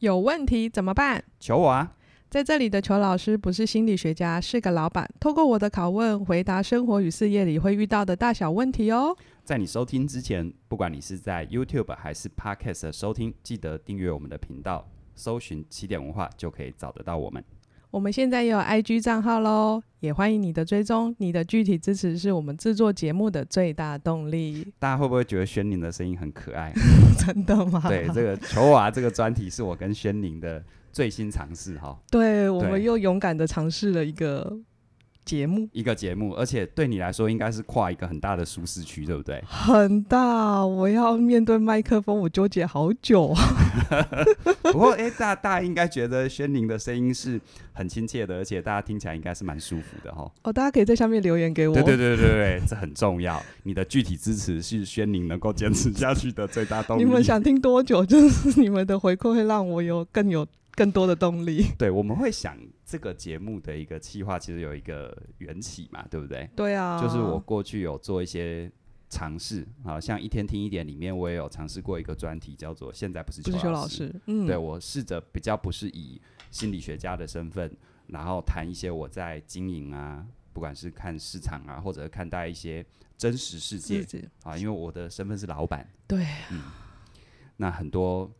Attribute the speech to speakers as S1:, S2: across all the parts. S1: 有问题怎么办？
S2: 求我啊！
S1: 在这里的裘老师不是心理学家，是个老板。透过我的拷问，回答生活与事业里会遇到的大小问题哦。
S2: 在你收听之前，不管你是在 YouTube 还是 Podcast 的收听，记得订阅我们的频道，搜寻起点文化就可以找得到我们。
S1: 我们现在也有 IG 账号喽，也欢迎你的追踪。你的具体支持是我们制作节目的最大动 力。
S2: 大家会不会觉得轩宁的声音很可爱？
S1: 真的吗？
S2: 对，这个求我啊这个专题是我跟轩宁的最新尝试哈，
S1: 对我
S2: 对
S1: 们又勇敢的尝试了一个节目，
S2: 一个节目，而且对你来说应该是跨一个很大的舒适区，对不对？
S1: 很大。我要面对麦克风，我纠结好久啊。
S2: 不过哎、大大家应该觉得轩宁的声音是很亲切的，而且大家听起来应该是蛮舒服的哈。
S1: 哦，大家可以在下面留言给我。
S2: 对对对对对，这很重要。你的具体支持是宣宁能够坚持下去的最大动力。
S1: 你们想听多久？就是你们的回馈会让我有更有更多的动力。
S2: 对，我们会想这个节目的一个企划，其实有一个缘起嘛，对不对？
S1: 对啊，
S2: 就是我过去有做一些尝试，好像一天听一点里面，我也有尝试过一个专题，叫做“现在不是
S1: 不是
S2: 邱
S1: 邱老
S2: 师”
S1: 师，嗯，
S2: 对我试着比较不是以心理学家的身份，然后谈一些我在经营啊，不管是看市场啊，或者看待一些真实世
S1: 自
S2: 界
S1: 己
S2: 啊，因为我的身份是老板。嗯
S1: 对
S2: 那很多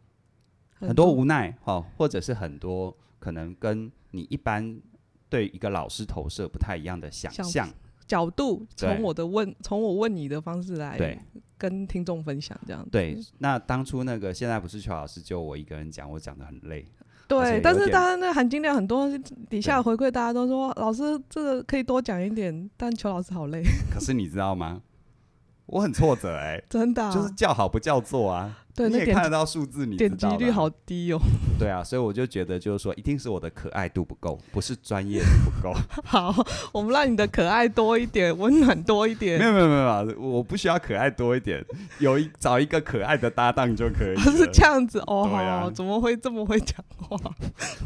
S2: 很多无奈哈、哦，或者是很多可能跟你一般对一个老师投射不太一样的想
S1: 想
S2: 象，
S1: 角度，
S2: 对
S1: 从我的问，从我问你的方式来
S2: 对
S1: 跟听众分享，这样子
S2: 对。那当初那个现在不是邱老师，就我一个人讲，我讲的很累，而
S1: 对
S2: 且有。
S1: 但是
S2: 点
S1: 大家那含金量很多，底下回馈大家都说老师这个可以多讲一点，但邱老师好累，
S2: 可是你知道吗？我很挫折哎、
S1: 真的啊、
S2: 就是叫好不叫座啊，
S1: 对
S2: 你
S1: 那
S2: 也
S1: 点
S2: 看得到数字，你
S1: 点
S2: 知
S1: 击
S2: 道
S1: 率
S2: 的啊
S1: 好低哦。
S2: 对啊，所以我就觉得就是说，一定是我的可爱度不够，不是专业度不够，
S1: 好， 我们让你的可爱多一点，温暖多一点
S2: 没。有没有没有没有，我不需要可爱多一点，有一找一个可爱的搭档就可以了，
S1: 是这样子哦，
S2: 对啊
S1: 好怎么会这么会讲 话？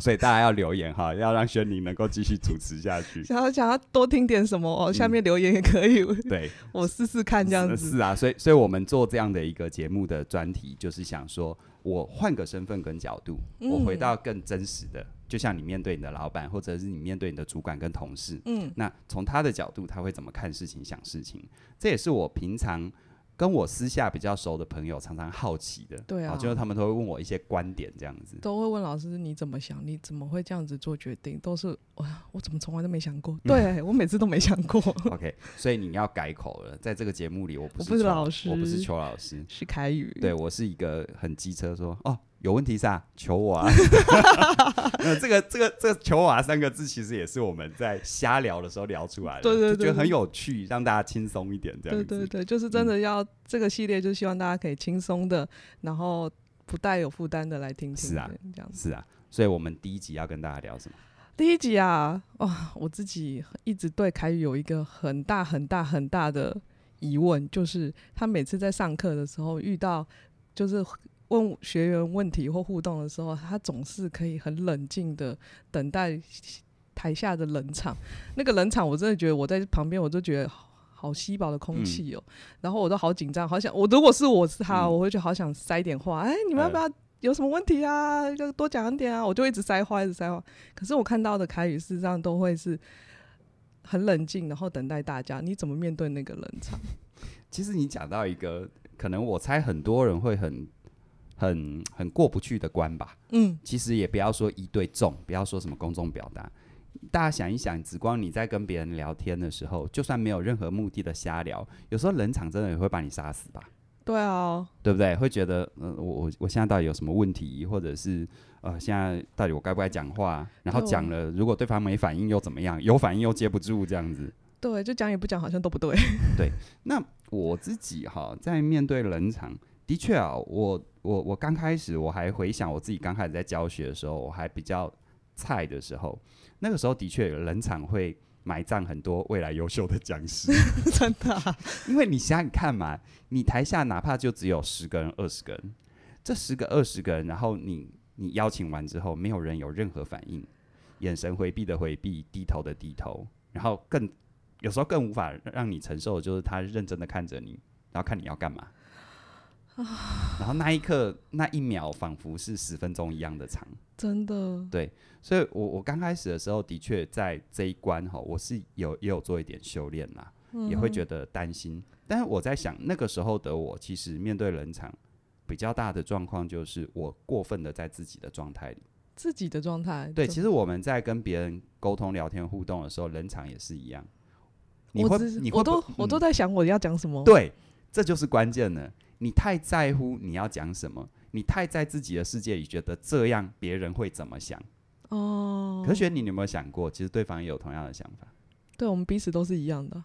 S2: 所以大家要留言哈，要让轩宁能够继续主持 下去。
S1: 想要想要多听点什么哦，下面留言也可以，
S2: 嗯对，
S1: 我试试看这样
S2: 是
S1: 子。
S2: 是啊，所以所以我们做这样的一个节目的专题，就是想说我换个身份跟角度，
S1: 嗯
S2: 我回到更真实的，就像你面对你的老板，或者是你面对你的主管跟同事，
S1: 嗯，
S2: 那从他的角度，他会怎么看事情、想事情？这也是我平常跟我私下比较熟的朋友常常好奇的。
S1: 对啊
S2: 哦就是他们都会问我一些观点这样子。
S1: 都会问老师你怎么想，你怎么会这样子做决定？都是哇，我怎么从来都没想
S2: 嗯
S1: 过？对我每次都没想 过，
S2: OK，所以你要改口了，在这个节目里，我不
S1: 我
S2: 是
S1: 不是
S2: 邱
S1: 老师嗯
S2: 我不是邱老师，
S1: 是凯宇。
S2: 对我是一个很机车说，哦，有问题啥求我啊。 那这个这个这个求我啊三个字，其实也是我们在瞎聊的时候聊出来的，
S1: 对对
S2: 就觉
S1: 对
S2: 得很有趣，让大家轻松一点这样
S1: 对对
S2: 子。
S1: 对，就是真的要、这个系列，就希望大家可以轻松的，然后不带有负担的来听听。
S2: 是啊，
S1: 这样子。
S2: 是啊，所以我们第一集要跟大家聊什么？
S1: 第一集啊，哇，我自己一直对凯宇有一个很大很大很大的疑问，就是他每次在上课的时候遇到，就是问学员问题或互动的时候，他总是可以很冷静的等待台下的冷场。那个冷场，我真的觉得我在旁边，我就觉得好。好稀薄的空气哦、然后我都好紧张，好想我如果是我是他，
S2: 嗯
S1: 我会就好想塞点话，哎，你们要不要有什么问题啊？要多讲一点啊！我就一直塞话，一直塞话。可是我看到的凯宇事实上都会是很冷静，然后等待大家。你怎么面对那个冷场？
S2: 其实你讲到一个，可能我猜很多人会很、很、很过不去的关吧。
S1: 嗯，
S2: 其实也不要说一对众，不要说什么公众表达。大家想一想，只光你在跟别人聊天的时候，就算没有任何目的的瞎聊，有时候冷场真的也会把你杀死吧，
S1: 对啊，
S2: 对不对？会觉得，嗯、我我我现在到底有什么问题，或者是呃，现在到底我该不该讲话？然后
S1: 对
S2: 讲了，如果对方没反应又怎么样？有反应又接不住，这样子。
S1: 对，就讲也不讲，好像都不 对。
S2: 那我自己哈，在面对冷场，的确啊，我我我刚开始我还回想我自己刚开始在教学的时候，我还比较菜的时候，那个时候的确冷场会埋葬很多未来优秀的讲师，
S1: 真的啊、
S2: 因为你想想看嘛，你台下哪怕就只有十个人、二十个人，这十个、二十个人，然后你你邀请完之后，没有人有任何反应，眼神回避的回避，低头的低头，然后更有时候更无法让你承受的就是他认真的看着你，然后看你要干嘛。然后那一刻那一秒仿佛是十分钟一样的长。
S1: 真的，
S2: 所以我我刚开始的时候，的确在这一关哈，我是有也有做一点修炼啦，也
S1: 嗯
S2: 会觉得担心。但是我在想，那个时候的我，其实面对冷场比较大的状况，就是我过分的在自己的状态里。
S1: 自己的状态。
S2: 对，
S1: 真
S2: 其实我们在跟别人沟通、聊天、互动的时候，冷场也是一样。你
S1: 我
S2: 会
S1: 只是，
S2: 你会
S1: 我都
S2: 不
S1: 我都
S2: 嗯
S1: 在想我要讲什么。
S2: 对，这就是关键了。你太在乎你要讲什么，你太在自己的世界里，觉得这样别人会怎么想。
S1: 哦，
S2: 可是，学你有没有想过，其实对方也有同样的想法？
S1: 对我们彼此都是一样的。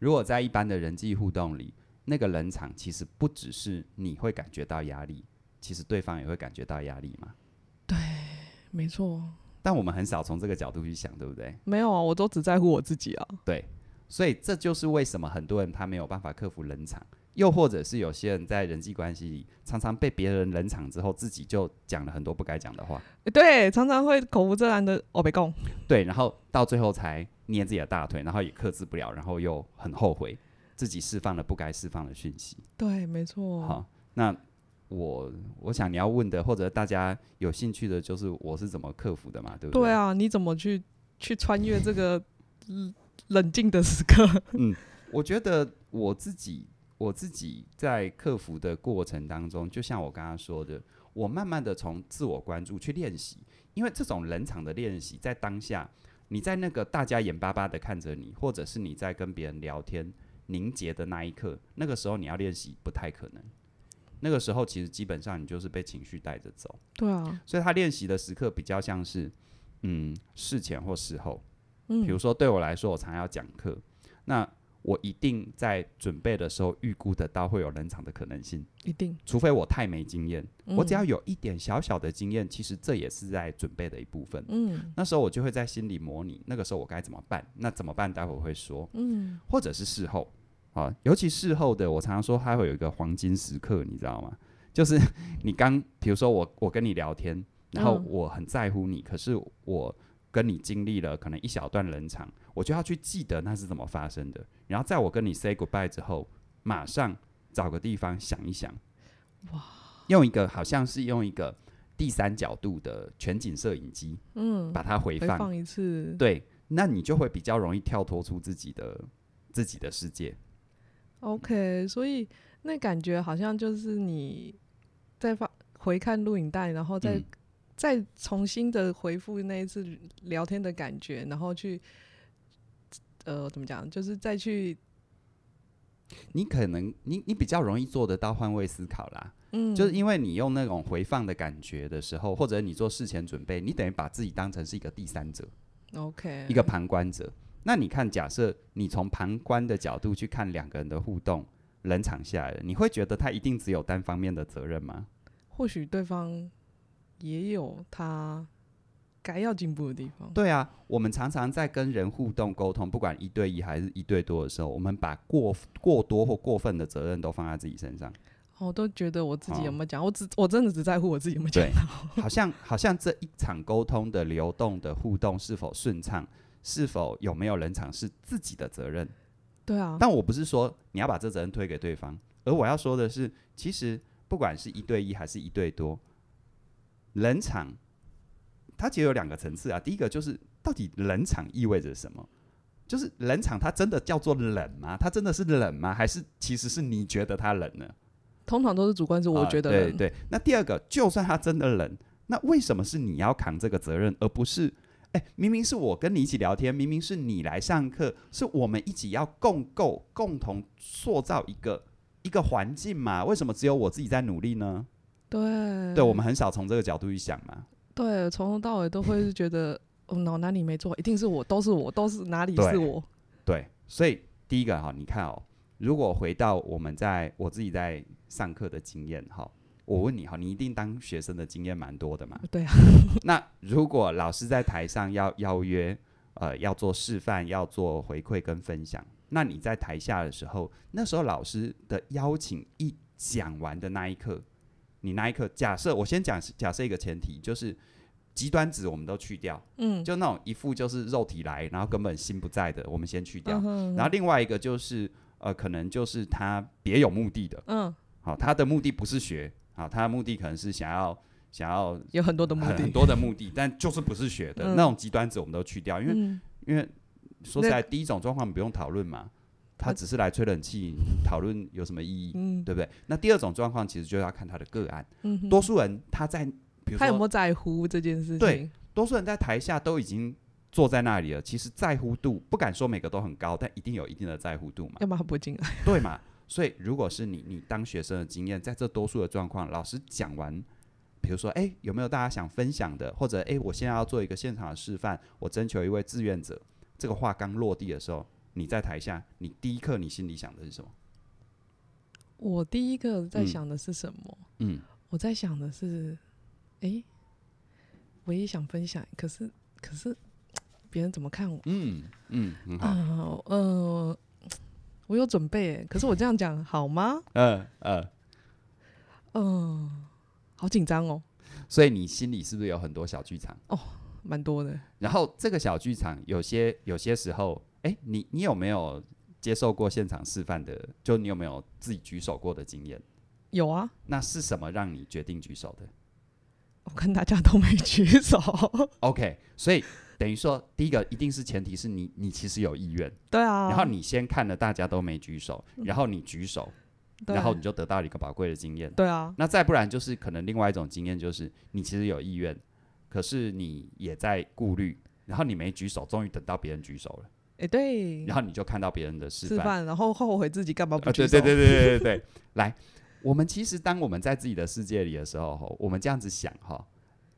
S2: 如果在一般的人际互动里，那个冷场其实不只是你会感觉到压力，其实对方也会感觉到压力嘛。
S1: 没错，
S2: 但我们很少从这个角度去想，对不对？
S1: 没有啊，我都只在乎我自己啊。
S2: 对，所以这就是为什么很多人他没有办法克服冷场，又或者是有些人在人际关系里常常被别人冷场之后，自己就讲了很多不该讲的话，
S1: 对，常常会口无遮拦的哦，别讲。
S2: 对，然后到最后才捏自己的大腿，然后也克制不了，然后又很后悔自己释放了不该释放的讯息。
S1: 对，没错。
S2: 好，那我我想你要问的，或者大家有兴趣的，就是我是怎么克服的嘛，对不对？
S1: 对，啊，你怎么去去穿越这个 嗯冷静的时刻？
S2: 我觉得我自己我自己在克服的过程当中，就像我刚刚说的，我慢慢的从自我关注去练习，因为这种冷场的练习，在当下，你在那个大家眼巴巴的看着你，或者是你在跟别人聊天凝结的那一刻，那个时候你要练习不太可能。那个时候其实基本上你就是被情绪带着走。
S1: 对啊，
S2: 所以他练习的时刻比较像是，嗯，事前或事后。比如
S1: 嗯，
S2: 说对我来说，我常要讲课，那我一定在准备的时候预估得到会有冷场的可能性，
S1: 一定。
S2: 除非我太没经验。我只要
S1: 嗯
S2: 有一点小小的经验，其实这也是在准备的一部分。
S1: 嗯
S2: 那时候我就会在心里模拟，那个时候我该怎么办？那怎么办？待会我会说，
S1: 嗯，
S2: 或者是事后啊，尤其事后的，我常常说它会有一个黄金时刻，你知道吗？就是 你刚，比如说我我跟你聊天，然后
S1: 嗯
S2: 我很在乎你，可是我跟你经历了可能一小段冷场，我就要去记得那是怎么发生的，然后在我跟你 say goodbye 之后，马上找个地方想一想，
S1: 哇，
S2: 用一个好像是用一个第三角度的全景摄影机，
S1: 嗯，
S2: 把它回
S1: 回
S2: 放，
S1: 放一次。
S2: 对，那你就会比较容易跳脱出自己的自己的世界。
S1: OK，所以那感觉好像就是你再放回看录影带，然后再、
S2: 嗯
S1: 再重新的回复那一次聊天的感觉，然后去呃怎么讲，就是再去
S2: 你可能你你比较容易做得到换位思考啦，
S1: 嗯，
S2: 就是因为你用那种回放的感觉的时候，或者你做事前准备，你等于把自己当成是一个第三者，
S1: OK
S2: 一个旁观者。那你看，假设你从旁观的角度去看两个人的互动，冷场下来了，你会觉得他一定只有单方面的责任吗？
S1: 或许对方也有他该要进步的地方，
S2: 对啊，我们常常在跟人互动沟通，不管一对一还是一对多的时候，我们把过过多或过分的责任都放在自己身上。
S1: 哦我都觉得我自己
S2: 好
S1: 有没有讲，我只我真的只在乎我自己有没有讲
S2: 哦对
S1: 到，
S2: 好像好像这一场沟通的流动的互动是否顺畅，是否有没有冷场是自己的责任。
S1: 对啊，
S2: 但我不是说你要把这责任推给对方，而我要说的是，其实不管是一对一还是一对多，冷场它其实有两个层次啊。第一个就是到底冷场意味着什么？就是冷场，它真的叫做冷吗？它真的是冷吗？还是其实是你觉得它冷呢？
S1: 通常都是主观是我
S2: 啊
S1: 觉得、
S2: 对对。那第二个，就算他真的冷，那为什么是你要扛这个责任，而不是？哎，明明是我跟你一起聊天，明明是你来上课，是我们一起要共构、共同塑造一个一个环境嘛？为什么只有我自己在努力呢？
S1: 对
S2: 对我们很少从这个角度去想嘛。
S1: 对，从头到尾都会是觉得，哦，哪哪里没做，一定是我，都是我，都是哪里
S2: 对
S1: 是我，
S2: 对，所以第一个哈，你看哦，如果回到我们在我自己在上课的经验哈，我问你哈，你一定当学生的经验蛮多的嘛？
S1: 对啊，
S2: 那如果老师在台上要邀约，呃，要做示范，要做回馈跟分享，那你在台下的时候，那时候老师的邀请一讲完的那一刻，你那一刻，假设我先讲，假设一个前提就是。极端值我们都去掉，
S1: 嗯，
S2: 就那种一副就是肉体来，然后根本心不在的，我们先去掉
S1: 嗯。哼
S2: 然后另外一个就是，呃，可能就是他别有目的的，
S1: 嗯，
S2: 好、他的目的不是学，好、他的目的可能是想要想要
S1: 有很多的目
S2: 很很
S1: 的。
S2: 多的目的，但就是不是学的、
S1: 嗯
S2: 那种极端值，我们都去掉，因为、
S1: 嗯，
S2: 因为说实在，第一种状况不用讨论嘛，他
S1: 那
S2: 只是来吹冷气，讨论有什么意义，
S1: 嗯
S2: 对不对？那第二种状况其实就要看他的个案，
S1: 嗯哼
S2: 多数人他在，比如
S1: 他有没
S2: 说
S1: 有在乎这件事情？
S2: 对，多数人在台下都已经坐在那里了，其实在乎度不敢说每个都很高，但一定有一定的在乎度嘛，
S1: 要不然他不会进来。
S2: 对嘛？所以如果是你，你当学生的经验，在这多数的状况，老师讲完，比如说，哎、有没有大家想分享的？或者，哎、我现在要做一个现场的示范，我征求一位志愿者。这个话刚落地的时候，你在台下，你第一刻你心里想的是什么？
S1: 我第一个在
S2: 嗯
S1: 想的是什么？
S2: 嗯，
S1: 我在想的是，诶，我也想分享，可是可是别人怎么看我？
S2: 嗯嗯，很好，
S1: 啊，呃，我有准备耶，可是我这样讲好吗？
S2: 嗯呃，
S1: 嗯、好紧张哦，
S2: 所以你心里是不是有很多小剧场？
S1: 蛮多的。
S2: 然后这个小剧场有些有些时候，哎，你你有没有接受过现场示范的？就你有没有自己举手过的经验？
S1: 有啊，
S2: 那是什么让你决定举手的
S1: 我看大家都没举手。
S2: ？OK，所以等于说，第一个一定是前提是你你其实有意愿，
S1: 对啊，
S2: 然后你先看了大家都没举手，然后你举手，
S1: 对
S2: 然后你就得到了一个宝贵的经验。
S1: 对啊，
S2: 那再不然就是可能另外一种经验就是你其实有意愿，可是你也在顾虑，然后你没举手，终于等到别人举手了，
S1: 诶，对，
S2: 然后你就看到别人的嗯示
S1: 吃
S2: 范。
S1: 饭，然后后悔自己干嘛不
S2: 啊，
S1: 举
S2: 对
S1: 手？
S2: 对对对对 对对，来，我们其实当我们在自己的世界里的时候，吼我们这样子想哈，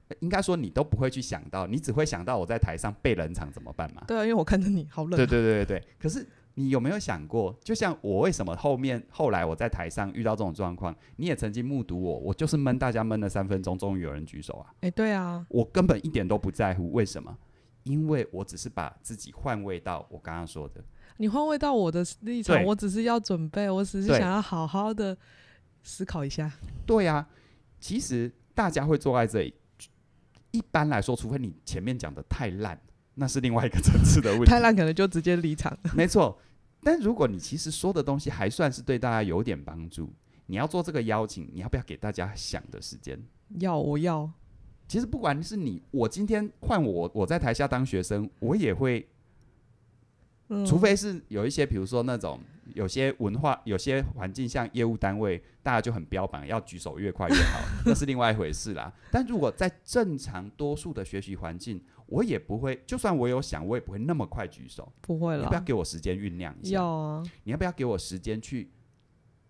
S2: 呃应该说你都不会去想到，你只会想到我在台上被冷场怎么办嘛？
S1: 对啊，因为我看着你好冷。
S2: 对对对对对。可是你有没有想过，就像我为什么后面后来我在台上遇到这种状况，你也曾经目睹我，我就是闷大家闷了三分钟，终于有人举手啊，
S1: 诶，对啊，
S2: 我根本一点都不在乎，为什么？因为我只是把自己换位到我刚刚说的，
S1: 你换位到我的立场，
S2: 对
S1: 我只是要准备，我只是
S2: 对
S1: 想要好好的思考一下。
S2: 对呀、其实大家会坐在这里，一般来说，除非你前面讲的太烂，那是另外一个层次的问题。
S1: 太，烂可能就直接离场。
S2: 没错。但如果你其实说的东西还算是对大家有点帮助，你要做这个邀请，你要不要给大家想的时间？
S1: 要，我要，
S2: 其实不管是你，我今天换我，我在台下当学生，我也会
S1: 嗯、
S2: 除非是有一些，比如说那种有些文化、有些环境，像业务单位，大家就很标榜要举手越快越好，那是另外一回事啦。但如果在正常多数的学习环境，我也不会，就算我有想，我也不会那么快举手。
S1: 不会
S2: 你要不要
S1: 了，
S2: 给我时间酝酿一
S1: 要
S2: 下？
S1: 啊，
S2: 你要不要给我时间去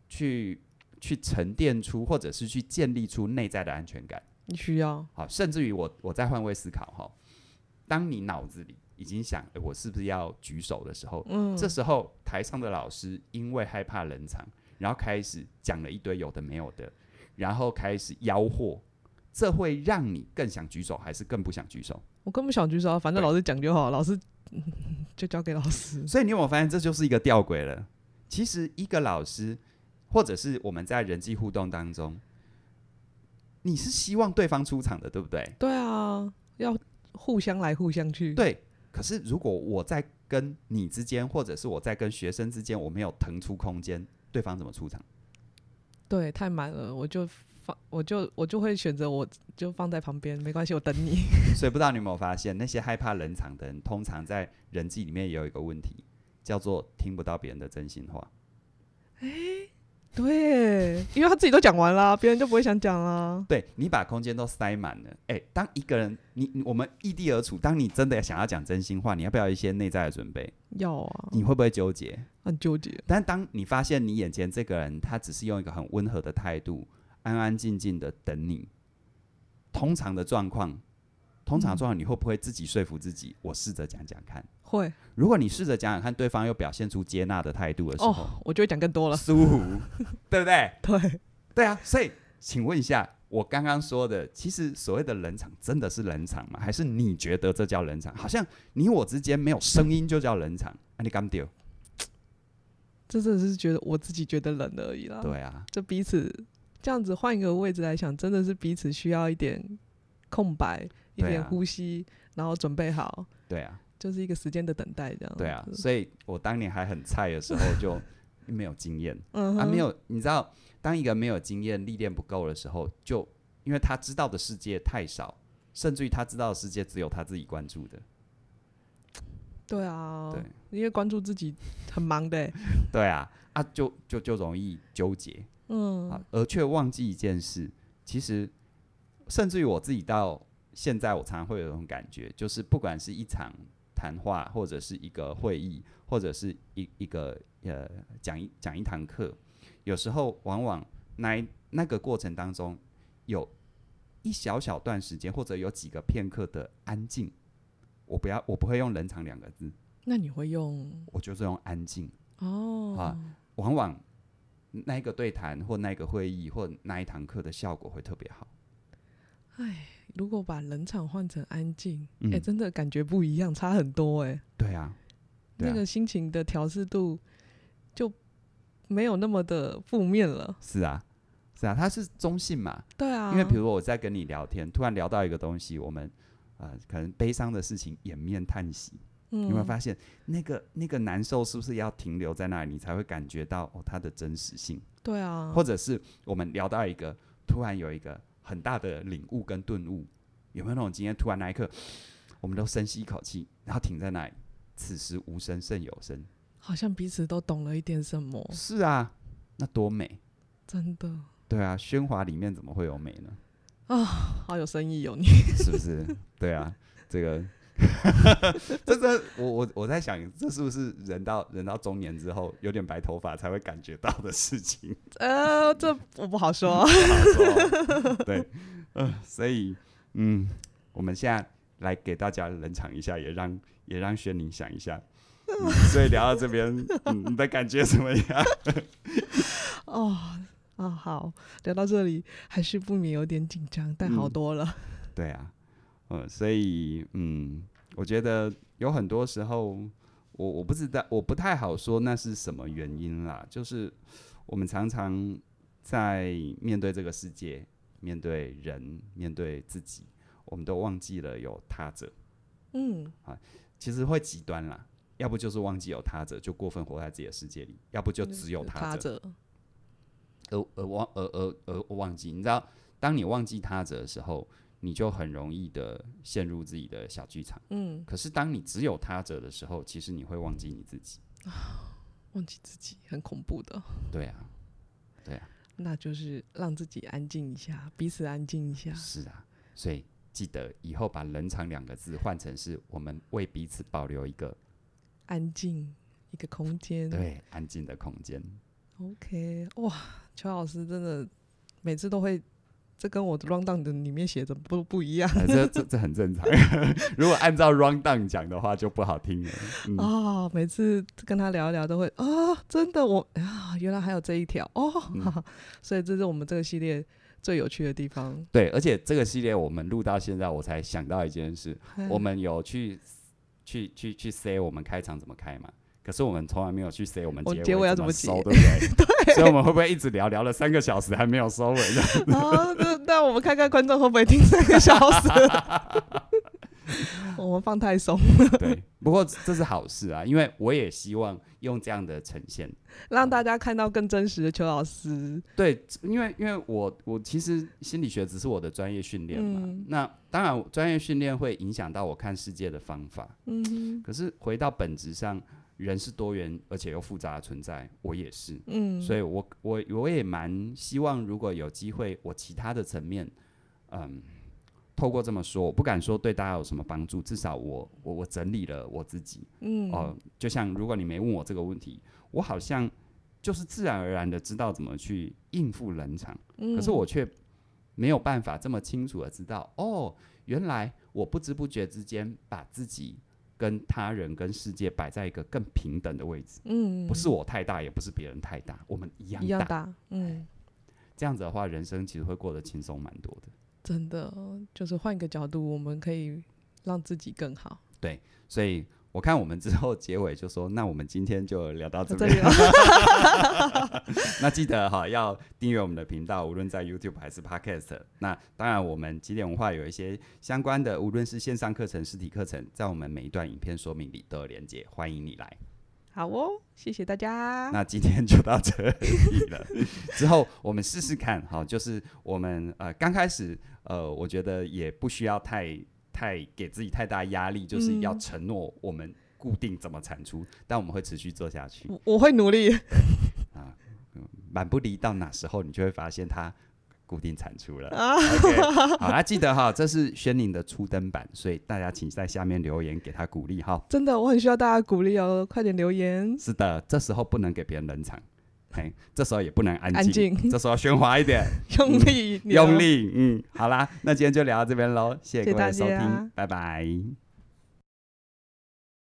S2: 去去沉淀出，或者是去建立出内在的安全感？
S1: 你需要，
S2: 好，甚至于我我在换位思考哈，当你脑子里已经想、诶我是不是要举手的时候，
S1: 嗯，
S2: 这时候台上的老师因为害怕冷场，然后开始讲了一堆有的没有的，然后开始吆喝，这会让你更想举手还是更不想举手？
S1: 我根本不想举手啊，反正
S2: 对
S1: 老师讲就好，老师、 嗯就交给老师。
S2: 所以你有没有发现这就是一个吊诡了？其实一个老师，或者是我们在人际互动当中，你是希望对方出场的，对不对？
S1: 对啊，要互相来互相去。，
S2: 对。可是如果我在跟你之间，或者是我在跟学生之间，我没有腾出空间，对方怎么出场？
S1: 对，太满了，我就放，我就我就会选择，我就放在旁边，没关系，我等你。
S2: 所以不知道你有没有发现，那些害怕冷场的人，通常在人际里面也有一个问题，叫做听不到别人的真心话。
S1: 对，因为他自己都讲完啦，别人就不会想讲啦。
S2: 对你把空间都塞满了，哎、当一个人你你我们异地而处，当你真的想要讲真心话，你要不要一些内在的准备？
S1: 要啊，
S2: 你会不会纠结？
S1: 很纠结。
S2: 但当你发现你眼前这个人，他只是用一个很温和的态度，安安静静的等你，通常的状况，通常的状况，你会不会自己说服自己？我试着讲讲看。
S1: 会
S2: 如果你试着讲讲看，对方又表现出接纳的态度的时候，
S1: 哦，我就会讲更 多了。
S2: 舒 服，对不对？
S1: 对，
S2: 对啊，所以请问一下，我刚刚说的，其实所谓的冷场，真的是冷场吗？还是你觉得这叫冷场？好像你我之间没有声音就叫冷场，啊、你敢丢？
S1: 这真的是觉得我自己觉得冷而已啦。，
S2: 对啊，
S1: 这彼此这样子换一个位置来想，真的是彼此需要一点空白，一
S2: 对啊
S1: 点呼吸，然后准备好，
S2: 对啊，啊
S1: 就是一个时间的等待这样。
S2: 对啊，所以我当年还很菜的时候就。没有经验，
S1: 嗯
S2: 啊，
S1: 哼，
S2: 没有，你知道，当一个没有经验、历练不够的时候，就因为他知道的世界太少，甚至于他知道的世界只有他自己关注的。
S1: 对啊，
S2: 对，
S1: 因为关注自己很忙的欸、
S2: 对啊，啊，就就就容易纠结啊
S1: 嗯，，
S2: 而却忘记一件事。其实，甚至于我自己到现在，我常常会有一种感觉，就是不管是一场谈话，或者是一个会议，或者是一一个呃讲一讲一堂课，有时候往往那一那个过程当中有一小小段时间，或者有几个片刻的安静。我不要，我不会用“冷场”两个字，
S1: 那你会用
S2: 我就是用安静。
S1: 哦
S2: 啊往往那一个对谈或那一个会议或那一堂课的效果会特别好。
S1: 如果把冷场换成安静，哎、
S2: 嗯
S1: 真的感觉不一样，差很多哎、
S2: 对啊，对
S1: 那
S2: 啊，
S1: 个心情的调试度就没有那么的负面了。
S2: 是啊，是啊，它是中性嘛。
S1: 对啊，
S2: 因为比如我在跟你聊天，突然聊到一个东西，我们呃可能悲伤的事情掩面叹息，
S1: 嗯
S2: 你有没有发现那个那个难受是不是要停留在那里，你才会感觉到哦它的真实性？
S1: 对啊，
S2: 或者是我们聊到一个突然有一个很大的领悟跟顿悟，有没有那种今天突然那一刻，我们都深吸一口气，然后停在那里，此时无声胜有声。
S1: 好像彼此都懂了一点什么，
S2: 是啊，那多美。
S1: 真的
S2: 对啊，喧哗里面怎么会有美呢？
S1: 好有深意哦，你
S2: 是不是？对啊，这个 这这，我我我在想，这是不是人到人到中年之后，有点白头发才会感觉到的事情？
S1: 呃，这我不好说。
S2: 好说对，呃，所以嗯，我们现在来给大家冷场一下，也让也让轩宁想一下。嗯所以聊到这边，嗯，你的感觉怎么样？
S1: 哦哦，好，聊到这里还是不免有点紧张，但好
S2: 嗯
S1: 多了。
S2: 对啊，呃，所以嗯，我觉得有很多时候，我我不知道，我不太好说那是什么原因啦。就是我们常常在面对这个世界、面对人、面对自己，我们都忘记了有他者。
S1: 嗯
S2: 其实会极端啦，要不就是忘记有他者，就过分活在自己的世界里；要不就只嗯有他者，
S1: 着，
S2: 而而忘而而而忘记。你知道，当你忘记他者的时候，你就很容易的陷入自己的小剧场。
S1: 嗯，
S2: 可是当你只有他者的时候，其实你会忘记你自己。
S1: 忘记自己很恐怖的，
S2: 对啊，对啊，
S1: 那就是让自己安静一下，彼此安静一下。
S2: 是啊，所以记得以后把“冷场”两个字换成是我们为彼此保留一个
S1: 安静一个空间。
S2: 对安静的空间。
S1: ，OK，哇，邱老师真的每次都会，这跟我的 round down 的里面写的不不一样
S2: 啊这这这很正常。 如果按照 round down 讲的话，就不好听了。嗯，
S1: 哦。每次跟他聊一聊都会啊、真的我啊，原来还有这一条哦、哈
S2: 嗯
S1: 哈 所以这是我们这个系列最有趣的地方。
S2: 对，而且这个系列我们录到现在，我才想到一件事，
S1: 哎
S2: 我们有去去去去 say 我们开场怎么开嘛，可是我们从来没有去 say 我们
S1: 我
S2: 结
S1: 结尾要怎
S2: 么
S1: 么
S2: 收，
S1: 结
S2: 对不 对？对。所以我们会不会一直聊聊了三个小时还没有收尾呢？
S1: 啊，那那我们看看观众会不会听三个小时？ 我们放太松，
S2: 对，不过这是好事啊，因为我也希望用这样的呈现，
S1: 让大家看到更真实的邱老师。
S2: 对，因为因为我我其实心理学只是我的专业训练嘛，
S1: 嗯
S2: 那当然专业训练会影响到我看世界的方法，
S1: 嗯
S2: 可是回到本质上，人是多元而且又复杂的存在，我也是，
S1: 嗯，
S2: 所以我我我也蛮希望，如果有机会，我其他的层面，嗯，透过这么说，我不敢说对大家有什么帮助，至少我我我整理了我自己，
S1: 嗯
S2: 哦、就像如果你没问我这个问题，我好像就是自然而然的知道怎么去应付冷场。
S1: 嗯
S2: 可是我却没有办法这么清楚的知道，哦，原来我不知不觉之间把自己跟他人、跟世界摆在一个更平等的位置，
S1: 嗯，
S2: 不是我太大，也不是别人太大，我们一样
S1: 一样
S2: 大。哎
S1: 大，嗯，
S2: 这样子的话，人生其实会过得轻松蛮多的。
S1: 真的就是换一个角度，我们可以让自己更好。
S2: 所以我看我们之后结尾就说，那我们今天就聊到这
S1: 这
S2: 边。
S1: 里了，
S2: 那记得哈，要订阅我们的频道，无论在 YouTube 还是 Podcast。那当然，我们极点文化有一些相关的，无论是线上课程、实体课程，在我们每一段影片说明里都有连接，欢迎你来。
S1: 好哦，谢谢大家。
S2: 那今天就到这里了。之后我们试试看，好，就是我们呃刚开始呃，我觉得也不需要太太给自己太大压力，就是要
S1: 嗯
S2: 承诺我们固定怎么产出，但我们会持续做下去，
S1: 我我会努力。
S2: 满不离到哪时候，你就会发现它固定产出了。OK，好，那记得哈，这是轩宁的初登版，所以大家请在下面留言给他鼓励哈。
S1: 真的，我很需要大家鼓励哦，快点留言。
S2: 是的，这时候不能给别人冷场，嘿，这时候也不能安
S1: 安
S2: 静，
S1: 静 哦
S2: 这时候要喧哗一点。
S1: 用力，
S2: 用，力，嗯，好啦，那今天就聊到这边喽，
S1: 谢谢
S2: 谢谢各位
S1: 大
S2: 的收
S1: 家
S2: 听，拜拜。